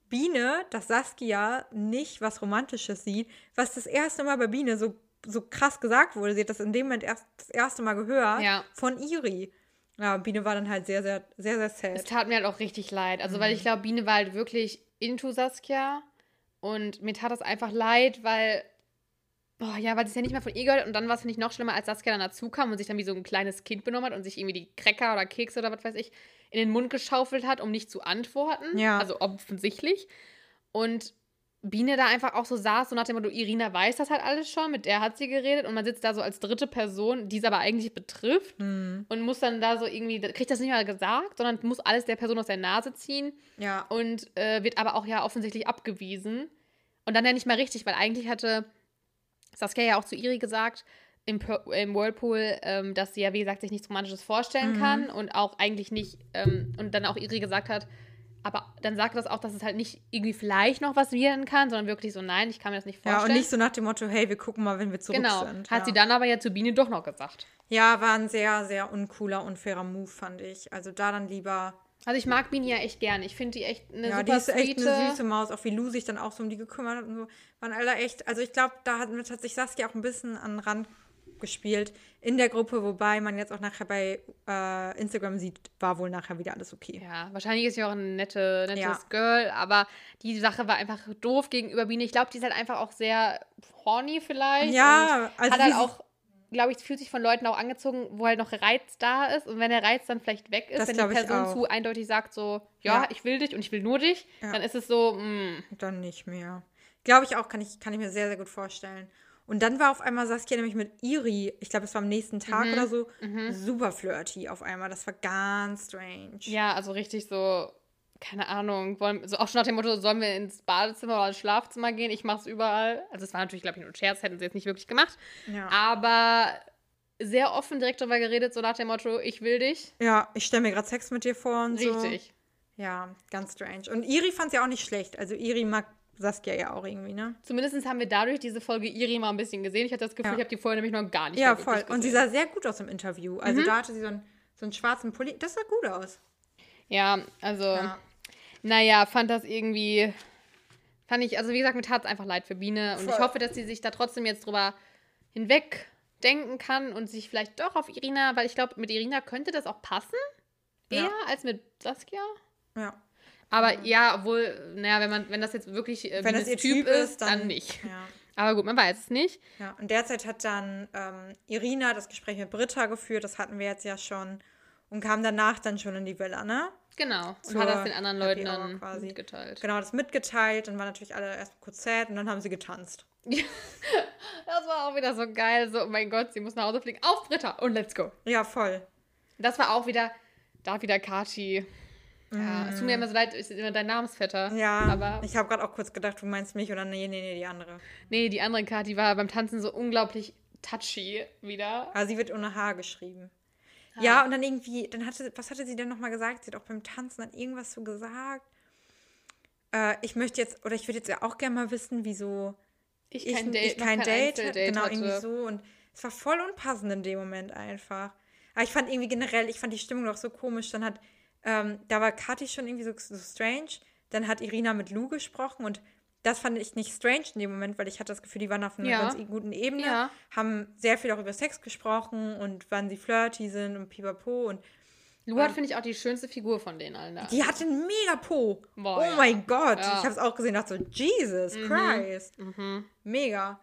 [SPEAKER 2] Biene, dass Saskia nicht was Romantisches sieht, was das erste Mal bei Biene so, so krass gesagt wurde. Sie hat das in dem Moment erst das erste Mal gehört
[SPEAKER 1] Ja.
[SPEAKER 2] von Iri. Ja, Biene war dann halt sehr, sehr, sehr, sehr sad.
[SPEAKER 1] Es tat mir halt auch richtig leid. Also, weil ich glaube, Biene war halt wirklich into Saskia. Und mir tat das einfach leid, weil. Oh ja, weil sie es ja nicht mehr von ihr gehört. hat. Und dann war es, finde ich, noch schlimmer, als Saskia dann dazu kam und sich dann wie so ein kleines Kind benommen hat und sich irgendwie die Cracker oder Kekse oder was weiß ich in den Mund geschaufelt hat, um nicht zu antworten.
[SPEAKER 2] Ja.
[SPEAKER 1] Also offensichtlich. Und Biene da einfach auch so saß, so nach dem Motto, Irina weiß das halt alles schon, mit der hat sie geredet und man sitzt da so als dritte Person, die es aber eigentlich betrifft
[SPEAKER 2] Hm.
[SPEAKER 1] und muss dann da so irgendwie, kriegt das nicht mal gesagt, sondern muss alles der Person aus der Nase ziehen
[SPEAKER 2] Ja.
[SPEAKER 1] und äh, wird aber auch ja offensichtlich abgewiesen. Und dann ja nicht mal richtig, weil eigentlich hatte Saskia ja auch zu Iri gesagt im, Pur- im Whirlpool, ähm, dass sie ja, wie gesagt, sich nichts Romantisches vorstellen
[SPEAKER 2] Mhm.
[SPEAKER 1] kann und auch eigentlich nicht, ähm, und dann auch Iri gesagt hat, aber dann sagt das auch, dass es halt nicht irgendwie vielleicht noch was werden kann, sondern wirklich so, nein, ich kann mir das nicht
[SPEAKER 2] Ja,
[SPEAKER 1] vorstellen.
[SPEAKER 2] und nicht so nach dem Motto, hey, wir gucken mal, wenn wir zurück
[SPEAKER 1] genau.
[SPEAKER 2] sind.
[SPEAKER 1] Hat
[SPEAKER 2] ja.
[SPEAKER 1] sie dann aber ja zu Biene doch noch gesagt.
[SPEAKER 2] Ja, war ein sehr, sehr uncooler, unfairer Move, fand ich. Also da dann lieber.
[SPEAKER 1] Also ich mag Biene ja echt gern. Ich finde die echt eine
[SPEAKER 2] ja, die
[SPEAKER 1] super
[SPEAKER 2] ist echt
[SPEAKER 1] sweete-
[SPEAKER 2] eine süße Maus, auch wie Lou sich dann auch so um die gekümmert hat und so. Waren alle echt. Also ich glaube, da hat, mit- hat sich Saskia auch ein bisschen an den Rand gespielt in der Gruppe, wobei man jetzt auch nachher bei äh, Instagram sieht, war wohl nachher wieder alles okay.
[SPEAKER 1] Ja, wahrscheinlich ist sie auch ein nette, nettes
[SPEAKER 2] Ja.
[SPEAKER 1] Girl, aber die Sache war einfach doof gegenüber Biene. Ich glaube, die ist halt einfach auch sehr horny vielleicht.
[SPEAKER 2] Ja,
[SPEAKER 1] und
[SPEAKER 2] also
[SPEAKER 1] hat halt
[SPEAKER 2] die-
[SPEAKER 1] auch, glaube ich, fühlt sich von Leuten auch angezogen, wo halt noch Reiz da ist. Und wenn der Reiz dann vielleicht weg ist,
[SPEAKER 2] Das
[SPEAKER 1] wenn die
[SPEAKER 2] glaub ich
[SPEAKER 1] Person
[SPEAKER 2] auch.
[SPEAKER 1] zu eindeutig sagt, so, ja,
[SPEAKER 2] Ja.
[SPEAKER 1] ich will dich und ich will nur dich,
[SPEAKER 2] Ja.
[SPEAKER 1] dann ist es so, mm, mh,
[SPEAKER 2] Dann nicht mehr. Glaube ich auch, kann ich, kann ich mir sehr, sehr gut vorstellen. Und dann war auf einmal Saskia nämlich mit Iri, ich glaube, es war am nächsten
[SPEAKER 1] Mhm.
[SPEAKER 2] Tag oder so, super flirty auf einmal. Das war ganz strange.
[SPEAKER 1] ja, also richtig so. Keine Ahnung, wollen, so auch schon nach dem Motto, sollen wir ins Badezimmer oder ins Schlafzimmer gehen? Ich mach's überall. Also, es war natürlich, glaube ich, nur ein Scherz, hätten sie jetzt nicht wirklich gemacht.
[SPEAKER 2] Ja,
[SPEAKER 1] aber sehr offen direkt darüber geredet, so nach dem Motto, ich will dich.
[SPEAKER 2] ja ich stelle mir gerade Sex mit dir vor und so.
[SPEAKER 1] Richtig.
[SPEAKER 2] Ja, ganz strange. Und Iri fand ja auch nicht schlecht. Also Iri mag Saskia ja auch irgendwie, ne?
[SPEAKER 1] Zumindest haben wir dadurch diese Folge Iri mal ein bisschen gesehen. Ich hatte das Gefühl,
[SPEAKER 2] Ja.
[SPEAKER 1] ich habe die vorher nämlich noch gar nicht
[SPEAKER 2] ja,
[SPEAKER 1] mehr
[SPEAKER 2] voll.
[SPEAKER 1] wirklich
[SPEAKER 2] Und sie
[SPEAKER 1] gesehen. Mhm.
[SPEAKER 2] sah sehr gut aus im Interview. Also da hatte sie so einen, so einen schwarzen Pulli. Das sah gut aus.
[SPEAKER 1] Ja, also,
[SPEAKER 2] Ja.
[SPEAKER 1] naja, fand das irgendwie. Fand ich, also wie gesagt, mir tat es einfach leid für Biene. Und ich
[SPEAKER 2] Voll.
[SPEAKER 1] hoffe, dass sie sich da trotzdem jetzt drüber hinweg denken kann und sich vielleicht doch auf Irina, weil ich glaube, mit Irina könnte das auch passen. Eher
[SPEAKER 2] Ja.
[SPEAKER 1] als mit Saskia.
[SPEAKER 2] Ja.
[SPEAKER 1] Aber ja, obwohl, naja, wenn man, wenn das jetzt wirklich äh,
[SPEAKER 2] Wenn das
[SPEAKER 1] Bienes
[SPEAKER 2] ihr Typ ist, dann,
[SPEAKER 1] dann nicht.
[SPEAKER 2] <laughs> Ja.
[SPEAKER 1] Aber gut, man weiß es nicht.
[SPEAKER 2] Ja, und derzeit hat dann ähm, Irina das Gespräch mit Britta geführt, das hatten wir jetzt ja schon, und kam danach dann schon in die Villa, ne?
[SPEAKER 1] Genau. Und
[SPEAKER 2] Zur
[SPEAKER 1] hat das den anderen
[SPEAKER 2] Happy
[SPEAKER 1] Leuten
[SPEAKER 2] Hour
[SPEAKER 1] dann
[SPEAKER 2] quasi.
[SPEAKER 1] mitgeteilt.
[SPEAKER 2] Genau, das mitgeteilt und waren natürlich alle erst kurz sad und dann haben sie getanzt.
[SPEAKER 1] Das war auch wieder so geil. So, oh mein Gott, sie muss nach Hause fliegen. Auf Britta und let's go.
[SPEAKER 2] Ja, voll.
[SPEAKER 1] Das war auch wieder, da wieder Kati. Ja, es tut mir immer so leid, ist immer dein Namensvetter.
[SPEAKER 2] Mm. Ja,
[SPEAKER 1] Aber
[SPEAKER 2] ich habe gerade auch kurz gedacht, du meinst mich oder nee, nee, nee, die andere.
[SPEAKER 1] nee, die andere Kati war beim Tanzen so unglaublich touchy wieder.
[SPEAKER 2] Aber Ah, sie wird ohne H geschrieben.
[SPEAKER 1] Ah.
[SPEAKER 2] Ja, und dann irgendwie, dann hatte, was hatte sie denn nochmal gesagt? Sie hat auch beim Tanzen dann irgendwas so gesagt. Äh, ich möchte jetzt, oder ich würde jetzt ja auch gerne mal wissen, wieso
[SPEAKER 1] Ich
[SPEAKER 2] ich,
[SPEAKER 1] kein Date,
[SPEAKER 2] ich
[SPEAKER 1] noch
[SPEAKER 2] kein Date,
[SPEAKER 1] Einzeldate
[SPEAKER 2] genau
[SPEAKER 1] hatte.
[SPEAKER 2] irgendwie so und es war voll unpassend in dem Moment einfach. Aber ich fand irgendwie generell, ich fand die Stimmung doch so komisch. Dann hat, ähm, da war Kathi schon irgendwie so, so strange. Dann hat Irina mit Lou gesprochen und das fand ich nicht strange in dem Moment, weil ich hatte das Gefühl, die waren auf einer
[SPEAKER 1] Ja.
[SPEAKER 2] ganz guten Ebene,
[SPEAKER 1] Ja.
[SPEAKER 2] haben sehr viel auch über Sex gesprochen und wann sie flirty sind und pipapo und
[SPEAKER 1] Lou hat, finde ich, auch die schönste Figur von denen allen da.
[SPEAKER 2] Die hatte einen mega Po.
[SPEAKER 1] Boah,
[SPEAKER 2] oh
[SPEAKER 1] ja.
[SPEAKER 2] mein Gott.
[SPEAKER 1] Ja.
[SPEAKER 2] Ich habe es auch gesehen dachte so, Jesus Christ.
[SPEAKER 1] Mhm.
[SPEAKER 2] Mega.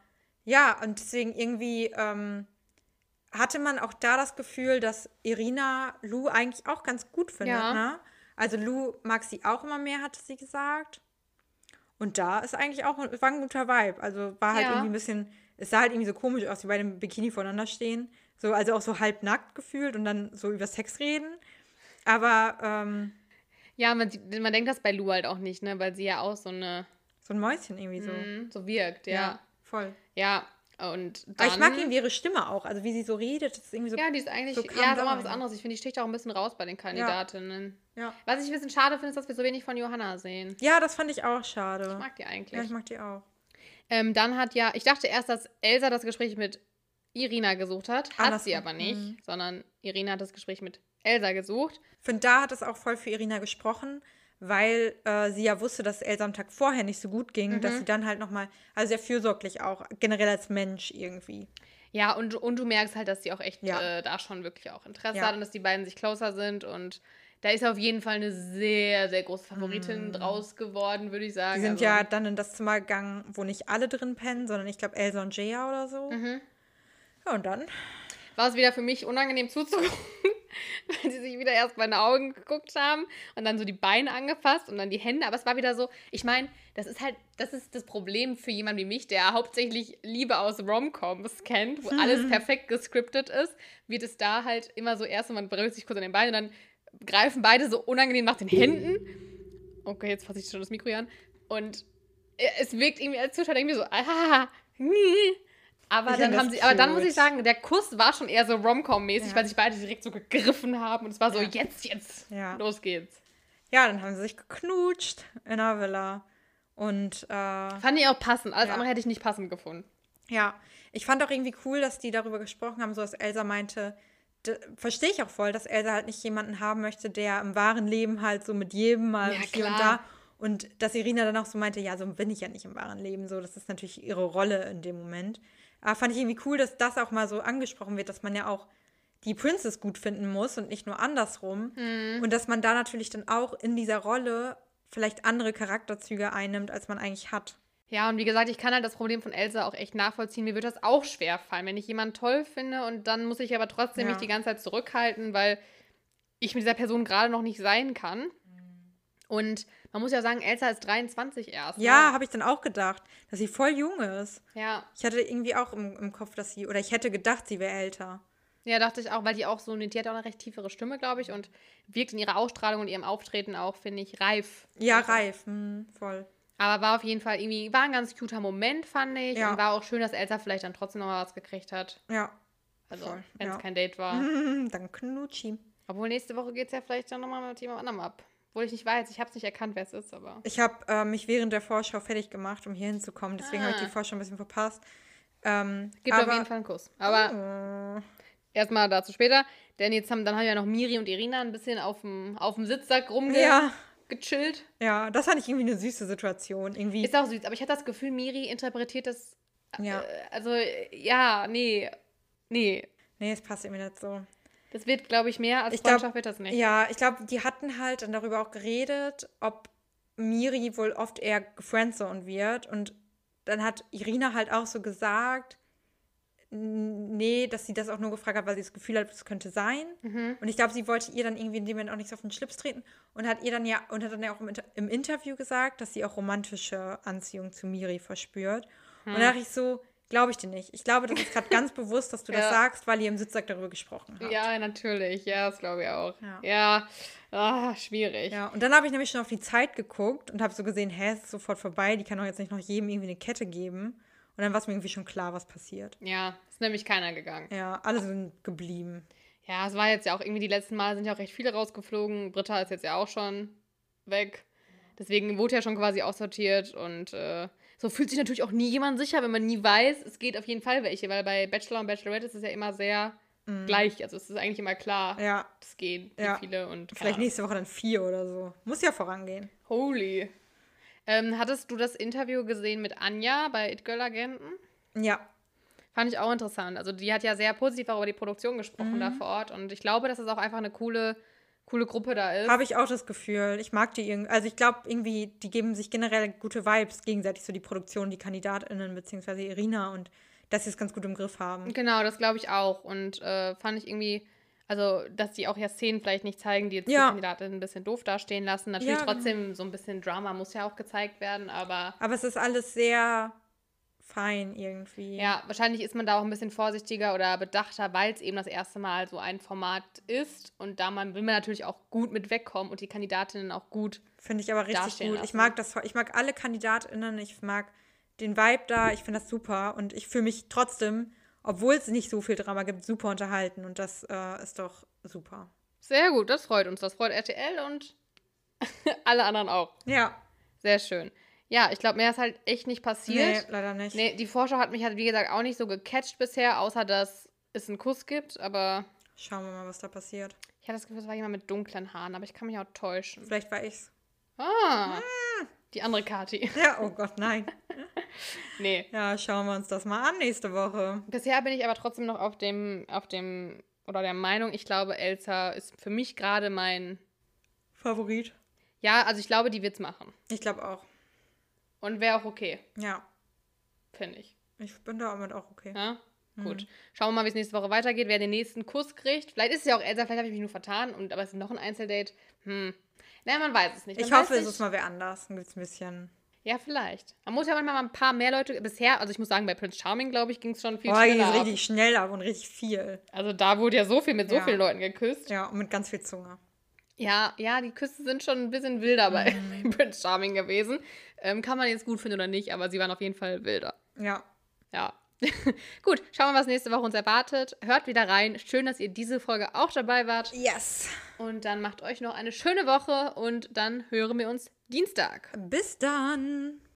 [SPEAKER 2] Ja, und deswegen irgendwie ähm, hatte man auch da das Gefühl, dass Irina Lou eigentlich auch ganz gut findet.
[SPEAKER 1] Ja.
[SPEAKER 2] Ne? Also Lou mag sie auch immer mehr, hatte sie gesagt. Und da ist eigentlich auch war ein guter Vibe. Also war halt
[SPEAKER 1] Ja.
[SPEAKER 2] irgendwie ein bisschen, es sah halt irgendwie so komisch aus, wie bei dem Bikini voneinander stehen. So, also auch so halbnackt gefühlt und dann so über Sex reden. Aber ähm,
[SPEAKER 1] Ja, man, sieht- man denkt das bei Lou halt auch nicht, ne? Weil sie ja auch so eine.
[SPEAKER 2] so ein Mäuschen irgendwie so.
[SPEAKER 1] mm, So wirkt, ja.
[SPEAKER 2] voll.
[SPEAKER 1] Ja. Und dann,
[SPEAKER 2] Aber ich mag irgendwie ihre Stimme auch. Also wie sie so redet, das ist irgendwie so.
[SPEAKER 1] Ja, die ist eigentlich.
[SPEAKER 2] so
[SPEAKER 1] ja,
[SPEAKER 2] calm
[SPEAKER 1] das ist mal
[SPEAKER 2] down.
[SPEAKER 1] was anderes. Ich finde, die sticht auch ein bisschen raus bei den Kandidatinnen.
[SPEAKER 2] Ja.
[SPEAKER 1] Was ich ein bisschen schade finde, ist, dass wir so wenig von Johanna sehen.
[SPEAKER 2] Ja, das fand ich auch schade.
[SPEAKER 1] Ich mag die eigentlich.
[SPEAKER 2] ja, ich mag die auch.
[SPEAKER 1] Ähm, dann hat ja, ich dachte erst, dass Elsa das Gespräch mit Irina gesucht hat. Hat
[SPEAKER 2] Andersrum,
[SPEAKER 1] sie aber nicht,
[SPEAKER 2] Ah, mhm.
[SPEAKER 1] sondern Irina hat das Gespräch mit Elsa gesucht.
[SPEAKER 2] Ich finde, da hat es auch voll für Irina gesprochen, weil äh, sie ja wusste, dass Elsa am Tag vorher nicht so gut ging,
[SPEAKER 1] Mhm.
[SPEAKER 2] dass sie dann halt nochmal, also sehr fürsorglich auch, generell als Mensch irgendwie.
[SPEAKER 1] Ja, und, und du merkst halt, dass die auch echt
[SPEAKER 2] Ja.
[SPEAKER 1] äh, da schon wirklich auch Interesse
[SPEAKER 2] Ja.
[SPEAKER 1] hat und dass die beiden sich closer sind. Und da ist auf jeden Fall eine sehr, sehr große Favoritin draus geworden, würde ich sagen.
[SPEAKER 2] Mhm. Die sind
[SPEAKER 1] also,
[SPEAKER 2] ja dann in das Zimmer gegangen, wo nicht alle drin pennen, sondern ich glaube Elsa und Jaya oder so.
[SPEAKER 1] Mhm.
[SPEAKER 2] Ja, und dann?
[SPEAKER 1] War es wieder für mich unangenehm zuzugucken, <laughs> weil sie sich wieder erst meine Augen geguckt haben und dann so die Beine angefasst und dann die Hände. Aber es war wieder so, ich meine, das ist halt, das ist das Problem für jemanden wie mich, der hauptsächlich Liebe aus Romcoms kennt, wo
[SPEAKER 2] Hm.
[SPEAKER 1] alles perfekt gescriptet ist, wird es da halt immer so erst und man berührt sich kurz an den Beinen und dann greifen beide so unangenehm nach den Händen. Okay, jetzt fasse ich schon das Mikro hier an. Und äh, es wirkt irgendwie als Zuschauer irgendwie so, <laughs> ah, nee. Aber
[SPEAKER 2] Ich
[SPEAKER 1] dann,
[SPEAKER 2] find
[SPEAKER 1] haben
[SPEAKER 2] das
[SPEAKER 1] sie, aber dann muss
[SPEAKER 2] cute.
[SPEAKER 1] ich sagen, der Kuss war schon eher so Romcom-mäßig,
[SPEAKER 2] Ja.
[SPEAKER 1] weil sich beide direkt so gegriffen haben und es war so,
[SPEAKER 2] Ja.
[SPEAKER 1] jetzt, jetzt,
[SPEAKER 2] Ja.
[SPEAKER 1] los geht's.
[SPEAKER 2] Ja, dann haben sie sich geknutscht in der Villa. Und äh,
[SPEAKER 1] Fand ich auch passend, alles
[SPEAKER 2] Ja.
[SPEAKER 1] andere hätte ich nicht passend gefunden.
[SPEAKER 2] Ja, ich fand auch irgendwie cool, dass die darüber gesprochen haben, so dass Elsa meinte, d- verstehe ich auch voll, dass Elsa halt nicht jemanden haben möchte, der im wahren Leben halt so mit jedem mal
[SPEAKER 1] Ja,
[SPEAKER 2] hier und
[SPEAKER 1] klar.
[SPEAKER 2] da. Und dass Irina dann auch so meinte, ja, so bin ich ja nicht im wahren Leben, so, das ist natürlich ihre Rolle in dem Moment. Aber fand ich irgendwie cool, dass das auch mal so angesprochen wird, dass man ja auch die Princess gut finden muss und nicht nur andersrum.
[SPEAKER 1] Mhm.
[SPEAKER 2] Und dass man da natürlich dann auch in dieser Rolle vielleicht andere Charakterzüge einnimmt, als man eigentlich hat.
[SPEAKER 1] Ja, und wie gesagt, ich kann halt das Problem von Elsa auch echt nachvollziehen. Mir wird das auch schwer fallen, wenn ich jemanden toll finde und dann muss ich aber trotzdem
[SPEAKER 2] Ja.
[SPEAKER 1] mich die ganze Zeit zurückhalten, weil ich mit dieser Person gerade noch nicht sein kann.
[SPEAKER 2] Mhm.
[SPEAKER 1] Und man muss ja sagen, Elsa ist 23 erst. ne?
[SPEAKER 2] Ja, habe ich dann auch gedacht, dass sie voll jung ist.
[SPEAKER 1] Ja.
[SPEAKER 2] Ich hatte irgendwie auch im, im Kopf, dass sie, oder ich hätte gedacht, sie wäre älter.
[SPEAKER 1] Ja, dachte ich auch, weil die auch so, eine- die hat auch eine recht tiefere Stimme, glaube ich, und wirkt in ihrer Ausstrahlung und ihrem Auftreten auch, finde ich, reif.
[SPEAKER 2] Ja,
[SPEAKER 1] Also,
[SPEAKER 2] reif, hm, voll.
[SPEAKER 1] Aber war auf jeden Fall irgendwie, war ein ganz cuter Moment, fand ich.
[SPEAKER 2] Ja.
[SPEAKER 1] Und war auch schön, dass Elsa vielleicht dann trotzdem noch mal was gekriegt hat.
[SPEAKER 2] Ja.
[SPEAKER 1] Also,
[SPEAKER 2] Voll,
[SPEAKER 1] wenn es
[SPEAKER 2] ja.
[SPEAKER 1] kein Date war.
[SPEAKER 2] Hm, <laughs> dann Knutschi.
[SPEAKER 1] Obwohl, nächste Woche geht es ja vielleicht dann nochmal mit jemand anderem ab. Obwohl ich nicht weiß, ich habe es nicht erkannt, wer es ist, aber.
[SPEAKER 2] Ich habe äh, mich während der Vorschau fertig gemacht, um hier hinzukommen. Deswegen habe ich
[SPEAKER 1] Ah.
[SPEAKER 2] die Vorschau ein bisschen verpasst. Ähm,
[SPEAKER 1] Gibt
[SPEAKER 2] aber, Oh.
[SPEAKER 1] auf jeden Fall einen Kuss. Aber
[SPEAKER 2] Fall.
[SPEAKER 1] erstmal dazu später. Denn jetzt haben, dann haben ja noch Miri und Irina ein bisschen auf dem, auf dem Sitzsack
[SPEAKER 2] ja,
[SPEAKER 1] rumgechillt.
[SPEAKER 2] ja, das fand ich irgendwie eine süße Situation. Irgendwie.
[SPEAKER 1] Ist auch süß, aber ich hatte das Gefühl, Miri interpretiert das.
[SPEAKER 2] Ja.
[SPEAKER 1] Äh, also, äh, ja, nee. Nee.
[SPEAKER 2] nee, es passt irgendwie nicht so.
[SPEAKER 1] Das wird, glaube ich, mehr als
[SPEAKER 2] Ich glaub-
[SPEAKER 1] Freundschaft wird das nicht.
[SPEAKER 2] Ja, ich glaube, die hatten halt dann darüber auch geredet, ob Miri wohl oft eher gefriendzoned wird. Und dann hat Irina halt auch so gesagt, n- nee, dass sie das auch nur gefragt hat, weil sie das Gefühl hat, es könnte sein.
[SPEAKER 1] Mhm.
[SPEAKER 2] Und ich glaube, sie wollte ihr dann irgendwie in dem Moment auch nicht so auf den Schlips treten und hat ihr dann ja, und hat dann ja auch im, Inter im Interview gesagt, dass sie auch romantische Anziehung zu Miri verspürt.
[SPEAKER 1] Hm.
[SPEAKER 2] Und da dachte ich so, glaube ich dir nicht. Ich glaube, das ist
[SPEAKER 1] <laughs>
[SPEAKER 2] gerade ganz bewusst, dass du
[SPEAKER 1] Ja.
[SPEAKER 2] das sagst, weil ihr im Sitzsack darüber gesprochen habt.
[SPEAKER 1] Ja, natürlich. Ja, das glaube ich auch.
[SPEAKER 2] Ja.
[SPEAKER 1] Ja, ah, schwierig.
[SPEAKER 2] Ja, und dann habe ich nämlich schon auf die Zeit geguckt und habe so gesehen, hä, es ist sofort vorbei, die kann doch jetzt nicht noch jedem irgendwie eine Kette geben. Und dann war es mir irgendwie schon klar, was passiert.
[SPEAKER 1] Ja, ist nämlich keiner gegangen.
[SPEAKER 2] Ja, alle sind geblieben.
[SPEAKER 1] Ja, es war jetzt ja auch irgendwie die letzten Male sind ja auch recht viele rausgeflogen. Britta ist jetzt ja auch schon weg. Deswegen wurde ja schon quasi aussortiert und äh, so fühlt sich natürlich auch nie jemand sicher, wenn man nie weiß, es geht auf jeden Fall welche, weil bei Bachelor und Bachelorette ist es ja immer sehr gleich. Also es ist eigentlich immer klar,
[SPEAKER 2] Mhm. Ja,
[SPEAKER 1] es gehen wie
[SPEAKER 2] Ja.
[SPEAKER 1] viele und keine
[SPEAKER 2] vielleicht
[SPEAKER 1] Ahnung.
[SPEAKER 2] nächste Woche dann vier oder so. Muss ja vorangehen.
[SPEAKER 1] Holy. Ähm, hattest du das Interview gesehen mit Anja bei It Girl Agenten?
[SPEAKER 2] Ja,
[SPEAKER 1] Fand ich auch
[SPEAKER 2] Mhm.
[SPEAKER 1] interessant. Also die hat ja sehr positiv auch über die Produktion gesprochen da vor Ort und ich glaube, dass es auch einfach eine coole coole Gruppe da ist.
[SPEAKER 2] Habe ich auch das Gefühl. Ich mag die irgendwie. Also ich glaube irgendwie, die geben sich generell gute Vibes gegenseitig, so die Produktion, die KandidatInnen beziehungsweise Irina und dass sie es ganz gut im Griff haben.
[SPEAKER 1] Genau, das glaube ich auch. Und äh, fand ich irgendwie, also, dass die auch ja Szenen vielleicht nicht zeigen, die jetzt
[SPEAKER 2] Ja.
[SPEAKER 1] die Kandidatin ein bisschen doof dastehen lassen. Natürlich
[SPEAKER 2] Ja, genau.
[SPEAKER 1] trotzdem so ein bisschen Drama muss ja auch gezeigt werden, aber
[SPEAKER 2] Aber es ist alles sehr fein irgendwie.
[SPEAKER 1] ja, wahrscheinlich ist man da auch ein bisschen vorsichtiger oder bedachter, weil es eben das erste Mal so ein Format ist. Und da man, will man natürlich auch gut mit wegkommen und die Kandidatinnen auch gut.
[SPEAKER 2] Finde ich aber richtig
[SPEAKER 1] Dastehen
[SPEAKER 2] gut. Ich
[SPEAKER 1] lassen.
[SPEAKER 2] mag das, ich mag alle KandidatInnen, ich mag den Vibe da, ich finde das super und ich fühle mich trotzdem, obwohl es nicht so viel Drama gibt, super unterhalten und das äh, ist doch super.
[SPEAKER 1] Sehr gut, das freut uns. Das freut RTL und <laughs> alle anderen auch.
[SPEAKER 2] Ja,
[SPEAKER 1] Sehr schön. Ja, ich glaube, mehr ist halt echt nicht
[SPEAKER 2] nee,
[SPEAKER 1] passiert.
[SPEAKER 2] leider nicht.
[SPEAKER 1] Nee, die Vorschau hat mich halt, wie gesagt, auch nicht so gecatcht bisher, außer dass es einen Kuss gibt, aber
[SPEAKER 2] Schauen wir mal, was da passiert.
[SPEAKER 1] ich hatte das Gefühl, es war jemand mit dunklen Haaren, aber ich kann mich auch täuschen.
[SPEAKER 2] Vielleicht war ich's. <laughs>
[SPEAKER 1] Ah, die andere Kati. <laughs>
[SPEAKER 2] Ja, oh Gott, nein.
[SPEAKER 1] Nee.
[SPEAKER 2] Ja, schauen wir uns das mal an nächste Woche.
[SPEAKER 1] Bisher bin ich aber trotzdem noch auf dem, auf dem, oder der Meinung, ich glaube, Elsa ist für mich gerade mein,
[SPEAKER 2] Favorit.
[SPEAKER 1] ja, also ich glaube, die wird's machen.
[SPEAKER 2] Ich glaube auch.
[SPEAKER 1] Und wäre auch okay,
[SPEAKER 2] Ja,
[SPEAKER 1] finde ich.
[SPEAKER 2] ich bin damit auch okay. Mhm.
[SPEAKER 1] Ja? Gut. Schauen wir mal, wie es nächste Woche weitergeht, wer den nächsten Kuss kriegt. Vielleicht ist es ja auch Elsa, vielleicht habe ich mich nur vertan, und, aber es ist noch ein Einzeldate. Hm. Naja, man weiß es nicht. Man
[SPEAKER 2] Ich hoffe,
[SPEAKER 1] weiß
[SPEAKER 2] es
[SPEAKER 1] nicht.
[SPEAKER 2] ist mal wer anders. Dann gibt's ein bisschen.
[SPEAKER 1] Ja, vielleicht. Man muss ja manchmal mal ein paar mehr Leute bisher, also ich muss sagen, bei Prince Charming, glaube ich, ging es schon viel
[SPEAKER 2] Boah, Oh, hier
[SPEAKER 1] schneller.
[SPEAKER 2] ist
[SPEAKER 1] ab.
[SPEAKER 2] richtig schnell ab und richtig viel.
[SPEAKER 1] Also da wurde ja so viel mit so
[SPEAKER 2] Ja.
[SPEAKER 1] vielen Leuten geküsst.
[SPEAKER 2] Ja, und mit ganz viel Zunge.
[SPEAKER 1] Ja, ja, die Küsse sind schon ein bisschen wilder bei <laughs>
[SPEAKER 2] Mhm.
[SPEAKER 1] bei Prince Charming gewesen. Ähm, kann man jetzt gut finden oder nicht, aber sie waren auf jeden Fall wilder.
[SPEAKER 2] Ja,
[SPEAKER 1] Ja. <laughs> gut, schauen wir, was nächste Woche uns erwartet. Hört wieder rein. Schön, dass ihr diese Folge auch dabei wart.
[SPEAKER 2] Yes.
[SPEAKER 1] Und dann macht euch noch eine schöne Woche und dann hören wir uns Dienstag.
[SPEAKER 2] Bis dann.